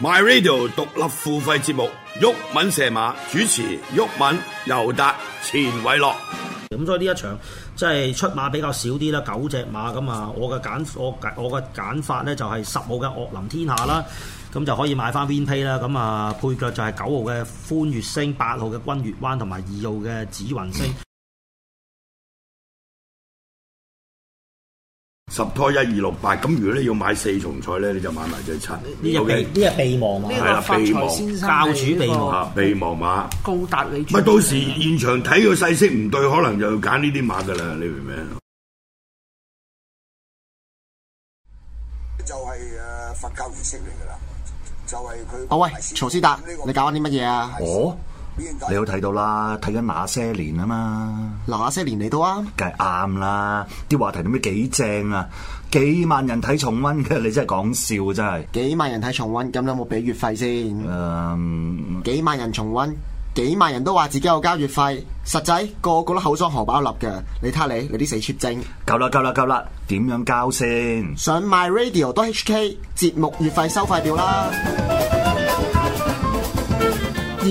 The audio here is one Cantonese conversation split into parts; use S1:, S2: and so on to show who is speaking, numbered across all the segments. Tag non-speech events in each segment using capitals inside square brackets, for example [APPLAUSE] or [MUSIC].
S1: My Radio 獨立付費節目，鬱敏射馬主持，鬱敏、尤達、錢偉樂。
S2: 咁所以呢一場即係出馬比較少啲啦，九隻馬咁啊，我嘅揀我嘅我嘅揀法咧就係十號嘅岳林天下啦，咁就可以買翻 Win Pay 啦，咁啊配腳就係九號嘅歡月星、八號嘅君月灣同埋二號嘅紫雲星。
S1: 十拖一二六八，咁如果你要買四重彩咧，你就買埋隻七。
S2: 呢隻備
S1: OK？
S2: 呢隻啊備忘
S1: 係
S2: 馬，
S1: 啦
S3: 呢個發
S1: 備忘
S3: 財先生
S2: 教主
S3: 係呢
S2: 備
S3: 個
S2: 忘
S1: 啊，備忘馬。
S3: 高達你
S1: 咪到時現場睇個細色唔對，可能就要揀呢啲馬噶啦，你明唔啊明？
S4: 就係誒佛教儀式嚟㗎啦，就係佢。
S5: 好哦喂，曹思達，你搞緊啲乜嘢啊？
S6: 哦，你有睇到啦，睇緊那些年啊嘛，
S5: 嗱那些年嚟到啊，
S6: 梗係啱啦，啲話題點解幾正啊，幾萬人睇重温嘅， [LAUGHS] 你真係講笑真係。
S5: 幾萬人睇重温，咁有冇俾月費先？
S6: 誒
S5: 幾萬人重温，幾萬人都話自己有交月費，實際個個都口裝荷包粒嘅。你睇下你，你啲死 cheap 精，
S6: 夠啦夠啦夠啦，點樣交先？
S5: 上 myradio.hk 節目月費收費表啦。
S7: 而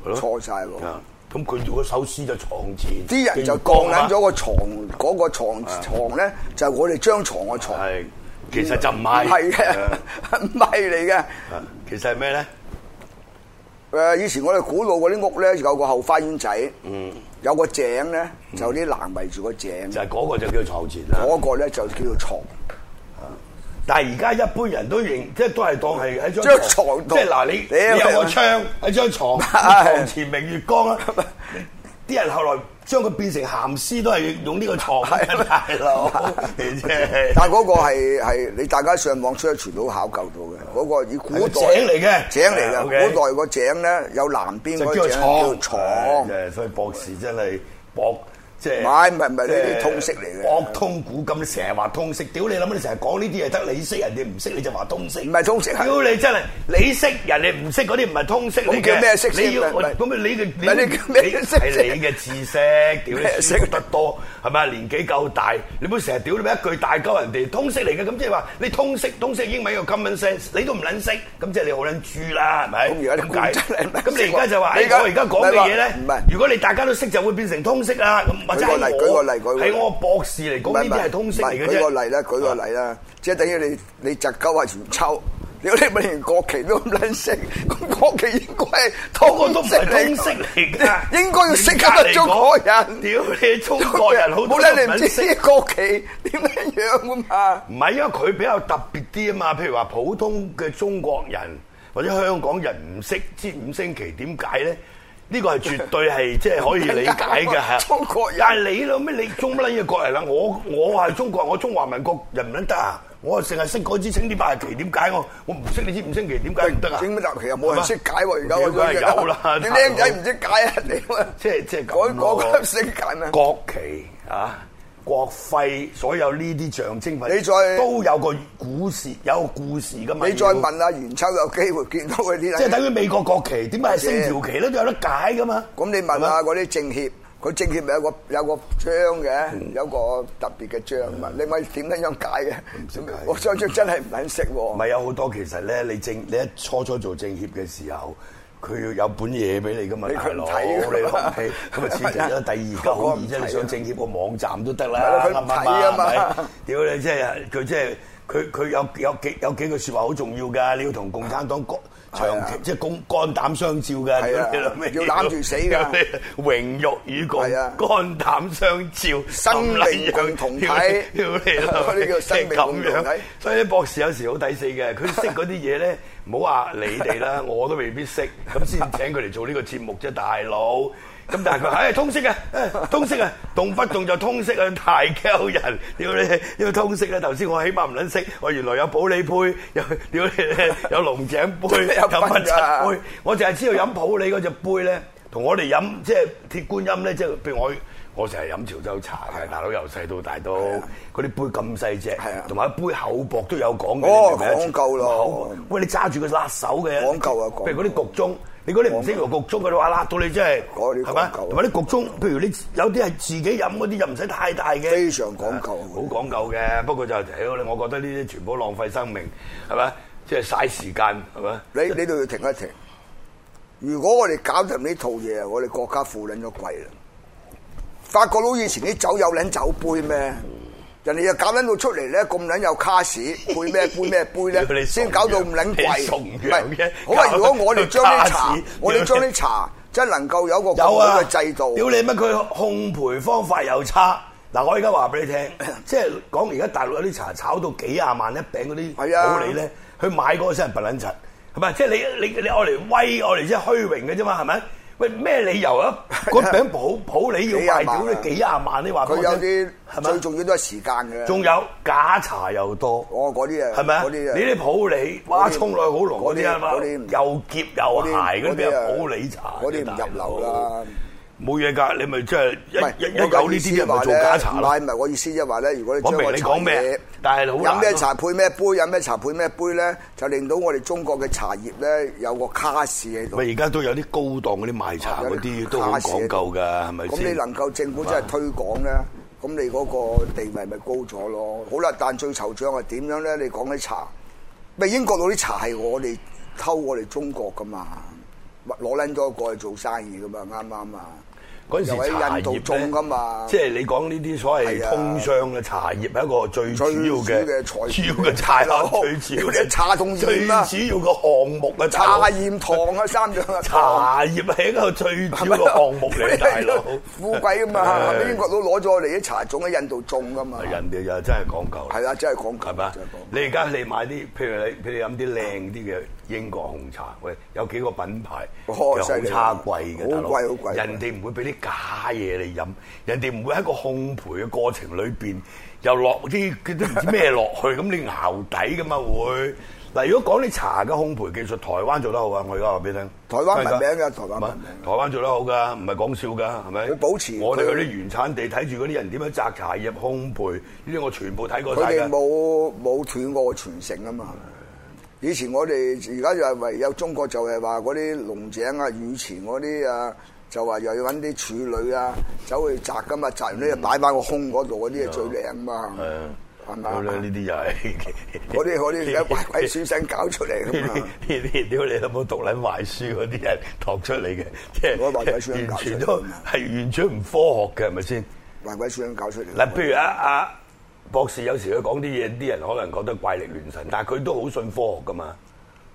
S1: 係咯
S4: 錯晒喎
S1: 啊咁佢嗰首詩就床前，
S4: 哦啲人就降
S1: 啊
S4: 撚咗個床嗰個床床咧，就係我哋張床嘅床。
S1: 係，其實就唔
S4: 唔
S1: 係。
S4: 係嘅
S1: 啊，
S4: [LAUGHS] 唔係嚟嘅。
S1: 啊其實係咩咧？
S4: 誒、呃以前我哋古老嗰啲屋咧，有個後花園仔，有個井咧，就啲欄圍住個井，
S1: 嗯就
S4: 嗰、
S1: 係嗰個就叫床前啦。
S4: 個咧就叫做床。
S1: 但係而家一般人都認，即係都係當係喺張
S4: 張
S1: 床
S4: 床
S1: 即
S4: 度
S1: 係嗱，你
S4: 你
S1: 你有個窗喺張床，
S4: [LAUGHS] 係
S1: 床前明月光啦。啲人後來將佢變成鹹詩，都係用呢個床。大佬，你真係
S4: [LAUGHS] 但係嗰個係係你大家上網 search 到考究到嘅，嗰、個以古
S1: 係
S4: 代
S1: 個井嚟嘅
S4: 井嚟嘅。
S1: 啊，OK
S4: 古代個井咧有南邊
S1: 就
S4: 嗰
S1: 叫做
S4: 個井
S1: 床
S4: 叫床，
S1: 誒，所以博士真係博即係。
S4: 唔係唔係唔係呢啲
S1: 即係
S4: 通識嚟嘅
S1: 博通古今，你成日話通識，屌你諗下，你成日講呢啲嘢得你識，人哋唔識你就話通識。
S4: 唔係通識係
S1: 屌你真係你識人哋唔識嗰啲唔係通識嚟嘅。
S4: 咁叫咩識先
S1: 你要
S4: 唔係
S1: 咁你嘅
S4: 唔係你叫咩識
S1: 係你嘅知識，屌
S4: 咩
S1: 你
S4: 識
S1: 識得多係咪啊？年紀夠大，你唔好成日屌你咪一句大鳩人哋通識嚟嘅，咁即係話你通識通識英文有 common sense，你都唔撚識，咁即係你好撚豬啦，係咪？
S4: 咁而家啲
S1: 咁解
S4: 古仔嚟
S1: 咁你而家就話，哎
S4: 你而家
S1: 誒我而家講嘅嘢咧
S4: 唔係，
S1: 如果你大家都識，就會變成通識啦。咁或者
S4: 舉個例舉個例
S1: 喺
S4: 舉個
S1: 我
S4: 例
S1: 喺我博士嚟
S4: 唔
S1: 講，
S4: 唔
S1: 呢啲係通識嚟嘅
S4: 唔係舉個
S1: 啫。
S4: 例啦，舉
S1: Ờ.
S4: 個例啦，即係等於你你擲鳩啊元秋，屌你咪連國旗都咁撚識，咁國旗應該係
S1: 嗰
S4: 通
S1: 個都唔
S4: 識
S1: 係通
S4: 嚟
S1: 識
S4: 㗎
S1: 嚟㗎，
S4: 應該要識得中國人。
S1: 屌你中國人好多
S4: [LAUGHS] 冇
S1: 都
S4: 理你
S1: 唔
S4: 唔
S1: 撚
S4: 知
S1: 識
S4: 啲。國旗點樣樣噶嘛？
S1: 唔係，因為佢比較特別啲啊嘛。譬如話普通嘅中國人或者香港人唔識知五星旗點解咧？呢個係絕對係即係可以理解
S4: [LAUGHS]
S1: 嘅嚇。
S4: 中國人
S1: 但係你咯咩？你中乜撚嘢國人啦？我我係中國，我中華民國人唔撚得啊！我淨係識嗰支青天白日旗，點解我我唔識你支五星旗？點解唔得啊？
S4: 整乜立旗又冇人識解喎，而家
S1: 係嘛梗係有啦，
S4: [LAUGHS] 你僆仔唔識解啊，你啊
S1: 即係即係
S4: 嗰
S1: 咁咯
S4: 嗰級識解咩？
S1: 國旗啊、國徽，所有呢啲象徵品，
S4: 你再
S1: 都有個故事，有個故事噶嘛。
S4: 你再
S1: 要
S4: 問阿袁秋有機會見到佢啲
S1: 即係
S4: 人，
S1: 等於美國國旗，點解係星條旗咧都有得解噶嘛？
S4: 咁你問下嗰啲政協，佢政協咪有個有個章
S1: 嗯
S4: 嘅，有個特別嘅章嘛？你咪點樣樣解
S1: 識
S4: 嘅
S1: 解？
S4: 我相信真係唔肯識
S1: 唔
S4: 喎。
S1: 係有好多其實咧，你政你一初初做政協嘅時候。佢要有本嘢俾你噶嘛，
S4: 你
S1: 大
S4: 佢唔
S1: 佬，
S4: 睇㗎嘛
S1: 你都唔睇，
S4: [LAUGHS]
S1: 咁啊，千祈啦，第二個好易啫，你上政協個網站都得啦，
S4: 啊係
S1: 啱
S4: 咯佢
S1: 唔
S4: 唔
S1: 啱
S4: 睇啊嘛
S1: 係咪屌你，即係佢即係佢佢有有幾有幾句説話好重要㗎，你要同共產黨幹長期即係肝肝膽相照㗎，
S4: 啊係啊
S1: 屌你老味
S4: 要攬住死㗎
S1: 屌你 [LAUGHS] 榮辱與共，
S4: 係啊
S1: 肝膽相照，
S4: 生命共同體
S1: 屌你屌你老味
S4: [LAUGHS] 呢叫生命共同
S1: 咁樣
S4: 體
S1: 所以啲博士有時好抵死嘅，佢識嗰啲嘢咧，唔好話你哋啦，我都未必識，咁先請佢嚟做呢個節目啫，大佬。咁但係佢，唉、通識啊，唉通識啊，動不動就通識啊， [LAUGHS] 大鳩人，屌你，要通識啊！頭先我起碼唔撚識，我原來有普洱杯，有屌你，有龍井杯，有乜柒杯，我就係知道飲普洱嗰只杯咧，同我哋飲即係鐵觀音咧，即係譬如我。我成日飲潮州茶嘅，大佬由細到大都嗰啲杯咁細隻
S4: 啊係啊，
S1: 同埋一杯厚薄都有講嘅。
S4: 哦
S1: 你明唔明
S4: 講究咯
S1: 厚薄喂，你揸住佢辣手嘅，
S4: 講究啊講究
S1: 譬如嗰啲焗盅，你嗰啲唔識用焗盅，佢哋話辣到你真係，
S4: 嗰啲
S1: 係咪？
S4: 講究啊
S1: 同埋啲焗盅，譬如你有啲係自己飲嗰啲，又唔使太大嘅。啊
S4: 非常講究啊
S1: 好講究嘅。不過就屌你，我覺得呢啲全部浪費生命，係咪？即係嘥時間，係咪？
S4: 你你度要停一停。如果我哋搞掂呢套嘢，我哋國家富撚咗貴啦。法國佬以前啲酒有撚酒杯咩？人哋又搞撚到出嚟咧，咁撚有卡士，配
S1: [LAUGHS]
S4: 咩杯咩杯
S1: 屌你崇
S4: 咧，先搞到咁撚
S1: 你
S4: 貴。
S1: 崇
S4: 唔
S1: 洋嘅
S4: 係，好啊！
S1: 搞
S4: 如果我哋將啲
S1: 卡
S4: 茶
S1: 士，
S4: 我哋將啲茶真係能夠有一個
S1: 有
S4: 咁
S1: 啊
S4: 好嘅制度。
S1: 屌你乜佢烘焙方法又差。嗱，我而家話俾你
S4: [COUGHS]
S1: 聽，即係講而家大陸有啲茶炒到幾廿萬一餅嗰
S4: 係
S1: 啲
S4: 啊
S1: 好你咧，去買嗰個真係笨撚柒，係咪？即係你你你愛嚟威，愛嚟即係虛榮嘅啫嘛，係咪？喂，咩理由啊？嗰餅普普你要賣屌你幾廿萬，你話俾
S4: 啊佢
S1: 我
S4: 有
S1: 聽
S4: 啲
S1: 係咪
S4: 最重要都係時間嘅。
S1: 仲有假茶又多，
S4: 哦嗰啲啊
S1: 係咪啊？
S4: 嗰啲啊
S1: 你啲普洱，哇，
S4: 嗰啲
S1: 沖落去好濃嗰啲啊嘛，
S4: 嗰啲唔
S1: 又澀又鞋嗰啲
S4: 嗰啲啊
S1: 叫普洱茶，
S4: 嗰啲唔入流啦。
S1: 冇嘢㗎，你咪即係
S4: 唔係
S1: 一一一
S4: 我嘅
S1: 有呢
S4: 意思
S1: 啲人咪
S4: 話
S1: 做
S4: 咧
S1: 假茶
S4: 唔
S1: 啦
S4: 係。唔係，我意思即係話咧，如果你
S1: 我
S4: 將
S1: 明
S4: 個
S1: 你
S4: 茶
S1: 講咩
S4: 葉
S1: 但係好難
S4: 飲咩
S1: 咯
S4: 茶配咩杯，飲咩茶配咩杯咧，就令到我哋中國嘅茶葉咧有個卡士喺度。
S1: 咪而家都有啲高檔嗰啲賣茶
S4: 啊
S1: 嗰啲都好講究㗎，係咪
S4: 咁你
S1: 先？
S4: 能夠政府真係推廣咧，咁你嗰個地位咪高咗咯？好啦，但最惆悵係點樣咧？你講起茶，咪英國佬啲茶係我哋偷我哋中國噶嘛，攞撚咗過去做生意噶嘛，啱唔啱啊？
S1: 嗰陣時
S4: 又喺
S1: 茶
S4: 印度
S1: 葉
S4: 種㗎嘛
S1: 即係你講呢啲所謂
S4: 係啊
S1: 通商嘅茶葉係一個最主要嘅
S4: 最主要嘅財
S1: 主要嘅茶
S4: 係咯
S1: 最主要
S4: 你
S1: 嘅
S4: 啲茶同鹽啊
S1: 最主要嘅項目啊，大佬
S4: 茶鹽糖啊，三樣啊，
S1: 茶葉係一個最主要嘅項目嚟，大佬。
S4: [LAUGHS] 富
S1: [LAUGHS]
S4: 貴啊嘛，係咪英國佬攞咗我哋啲茶種喺印度種噶嘛，
S1: 人哋又真係講究啦。
S4: 係啦，真係講
S1: 係
S4: 究，
S1: 咪啊
S4: 真係講
S1: 你而家你買啲，譬如你譬如你飲啲靚啲嘅英國紅茶，喂，有幾個品牌
S4: 哦
S1: 就
S4: 犀
S1: 好
S4: 利啊
S1: 差貴嘅，大佬
S4: 好貴好貴
S1: 人哋唔會俾啲假嘢你飲，人哋唔會喺個烘焙嘅過程裏邊又落啲佢都唔知咩落去，咁你熬底噶嘛會。嗱，如果講你茶嘅烘焙技術，台灣做得好啊！我而家話俾你聽，
S4: 台灣聞名
S1: 真
S4: 㗎
S1: 㗎
S4: 台灣聞名
S1: 台灣做得好㗎，唔係講笑㗎，係咪？
S4: 佢保持
S1: 我哋
S4: 佢
S1: 去啲原產地睇住嗰啲人點樣摘茶葉烘焙，呢啲我全部睇過
S4: 佢
S1: 晒
S4: 哋
S1: 㗎。
S4: 冇冇斷過個傳承啊嘛。以前我哋而家就係唯有中國就係話嗰啲龍井啊，以前嗰啲啊就話又要揾啲處女啊走去摘噶嘛，摘完呢就
S1: 嗯
S4: 擺翻個胸嗰度嗰啲係最靚嘛，係咪
S1: 屌
S4: 啊？
S1: 嗯你呢啲又係
S4: 嗰啲
S1: [LAUGHS]
S4: 嗰啲而家鬼鬼書生搞出嚟
S1: 呢
S4: 噶
S1: 啲
S4: 嘛
S1: [LAUGHS] 呢。啲屌你有冇讀撚壞書嗰啲人讀出嚟嘅，即
S4: 我話鬼書
S1: 係
S4: 人
S1: 完
S4: 搞出嚟
S1: 全都係完全唔科學嘅，係咪先？
S4: 壞鬼書生搞出嚟。
S1: 嗱，譬如阿阿博士有時佢講啲嘢，啲人可能覺得怪力亂神，但係佢都好信科學噶嘛，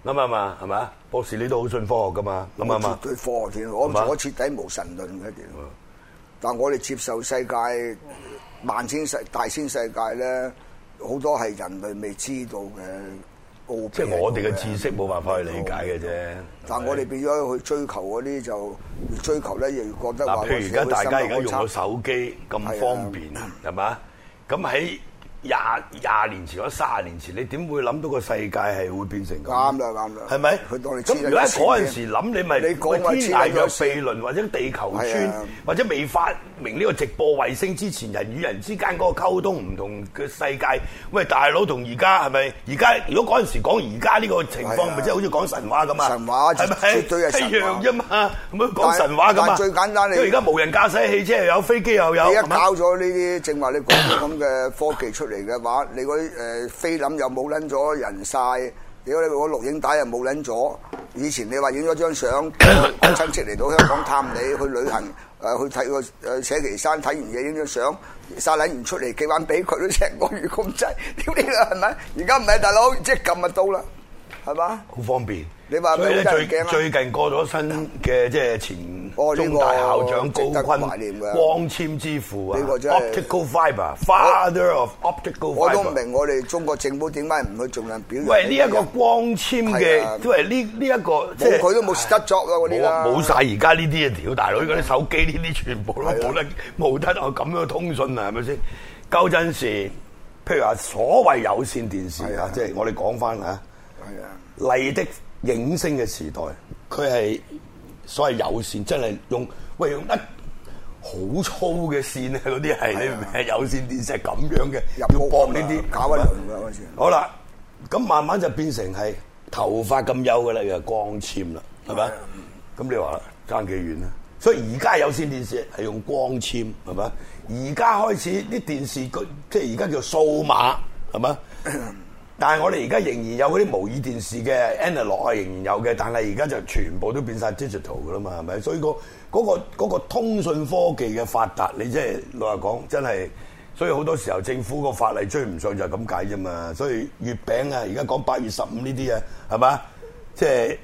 S1: 啱唔啱啊？係咪啊？博士你都好信科學噶嘛，啱唔
S4: 我
S1: 啱啊
S4: 絕？對科學添，我
S1: 係嘛
S4: 我徹底無神論嘅一條。但我哋接受世界萬千世大千世界咧，好多係人類未知道嘅奧秘。
S1: 即係我哋嘅知識冇辦法去理解嘅啫。
S4: 但我哋變咗去追求嗰啲就越追求咧，越覺得話
S1: 嗱，譬如而家大家而家用個手機咁
S4: 係啊
S1: 方便，係嘛？咁喺廿廿年前或者卅年前，你點會諗到個世界係會變成咁？
S4: 啱啦啱啦
S1: 係咪？
S4: 佢當你黐
S1: 咁如果喺
S4: 撚
S1: 嗰
S4: 線
S1: 陣時諗，你咪
S4: 你講話
S1: 咪天涯
S4: 黐撚
S1: 若
S4: 咗線
S1: 比論或者地球
S4: 係
S1: 村
S4: 啊，
S1: 或者未發明呢個直播衛星之前，人與人之間嗰個溝通唔同嘅世界。喂，大佬同而家係咪？而家如果嗰陣時講而家呢個情
S4: 係
S1: 況，
S4: 啊
S1: 咪即係好似講神話咁啊？
S4: 神話
S1: 係咪
S4: 絕對係神話
S1: 一樣啫嘛？咁樣講神話咁
S4: 但
S1: 啊？
S4: 但最簡單你
S1: 因為而家無人駕駛汽車又有，飛機又有，
S4: 你一
S1: 係咪
S4: 搞咗呢啲正話你講嘅咁嘅科技出嚟嘅話，你嗰啲誒菲林又冇撚咗人晒，屌你嗰錄影帶又冇撚咗。以前你話影咗張相，親戚嚟到香港探你去旅行，誒、去睇個誒扯旗山睇完嘢影張相，晒撚完出嚟寄翻俾佢都成個月咁滯， [LAUGHS] 屌你啦係咪？而家唔係大佬，即係撳咪到啦，係嘛？
S1: 好方便。
S4: 你話
S1: 所以咧
S4: 咪好得
S1: 最
S4: 人驚啊
S1: 最近過咗身嘅即係前
S4: 哦呢個
S1: 中大校長高
S4: 值得
S1: 坤
S4: 懷念嘅
S1: 光纖之父啊
S4: 呢個真係
S1: ，optical fibre，father of optical
S4: 我都唔
S1: fibre。
S4: 明我哋中國政府點解唔去盡量表揚
S1: 喂，呢一個光纖
S4: 係啊
S1: 嘅，因為呢呢一個即
S4: 冇
S1: 係
S4: 佢都冇失作啦嗰啲
S1: 冇啊
S4: 啦，
S1: 冇晒而家呢啲啊，屌大佬！嗰啲手機呢啲全部都
S4: 啊
S1: 冇得冇得我咁樣通訊啊，係咪先？舊陣時，譬如話所謂有線電視
S4: 係
S1: 啊
S4: 啊，
S1: 即係我哋講翻啊。
S4: 係啊。
S1: 麗的影星嘅時代，佢係所謂有線，真係用喂用得好粗嘅線啊！嗰啲係你明唔明？有線電視係咁樣嘅，
S4: 入
S1: 要
S4: 屋
S1: 搏
S4: 啊
S1: 呢啲
S4: 搞一輪㗎嗰陣時
S1: 好啦，咁慢慢就變成係頭髮咁幼嘅啦，又係光纖啦，係
S4: 啊
S1: 咪？咁你話爭幾遠啊？所以而家有線電視係用光纖，係咪？而家開始啲電視佢即係而家叫數碼，係
S4: [COUGHS]
S1: 咪？ [COUGHS] 但係我哋而家仍然有嗰啲模擬電視嘅 analog 啊，仍然有嘅，但係而家就全部都變晒 digital 噶啦嘛，係咪？所以、個嗰、個嗰、個通訊科技嘅發達，你即係老實講，真係，所以好多時候政府個法例追唔上就係咁解啫嘛。所以月餅啊，而家講八月十五呢啲啊，係嘛？即係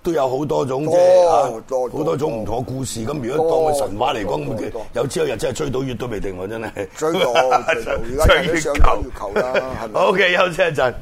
S1: 都有好多種即係啊
S4: 多多
S1: 好多種唔同嘅故事。咁如果當佢神話嚟
S4: 多
S1: 講，
S4: 多
S1: 咁
S4: 多
S1: 有朝一日真係追到月都未定喎，真係 [LAUGHS]
S4: 追到追到而家人都上咗月球啦係咪
S1: 好嘅，休息一陣。